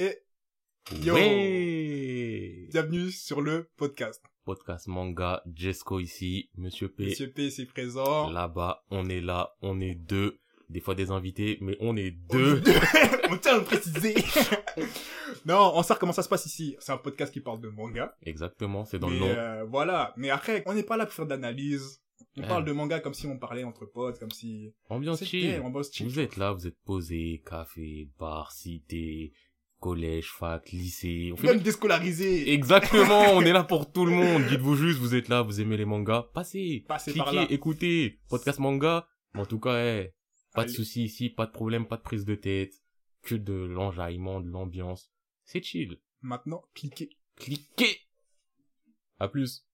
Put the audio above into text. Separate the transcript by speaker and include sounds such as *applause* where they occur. Speaker 1: Et Yo.
Speaker 2: Ouais
Speaker 1: bienvenue sur le podcast.
Speaker 2: Podcast manga, Jesco ici, Monsieur P.
Speaker 1: Monsieur P c'est présent.
Speaker 2: Là-bas, on est là, on est deux. Des fois des invités, mais on est deux.
Speaker 1: *laughs* on tient à le
Speaker 2: *laughs*
Speaker 1: préciser. non, on sait comment ça se passe ici. C'est un podcast qui parle de manga.
Speaker 2: Exactement, c'est dans
Speaker 1: mais
Speaker 2: le nom.
Speaker 1: euh, voilà. Mais après, on n'est pas là pour faire d'analyse. On
Speaker 2: Ouais.
Speaker 1: parle de manga comme si on parlait entre potes, comme si...
Speaker 2: Ambiance
Speaker 1: C'est
Speaker 2: chill.
Speaker 1: bien, on bosse chill.
Speaker 2: Vous êtes là, vous êtes posé, café, bar, cité, collège, fac, lycée. On fait-
Speaker 1: Même déscolarisé.
Speaker 2: Exactement, on est là pour tout le monde. Dites-vous juste, vous êtes là, vous aimez les mangas. Passez,
Speaker 1: Passez
Speaker 2: cliquez,
Speaker 1: par là.
Speaker 2: écoutez, podcast manga. En tout cas, eh, pas de
Speaker 1: Allez.
Speaker 2: soucis ici, pas de problème, pas de prise de tête, que de l'enjaillement, de l'ambiance. C'est chill.
Speaker 1: Maintenant, cliquez.
Speaker 2: Cliquez. À plus.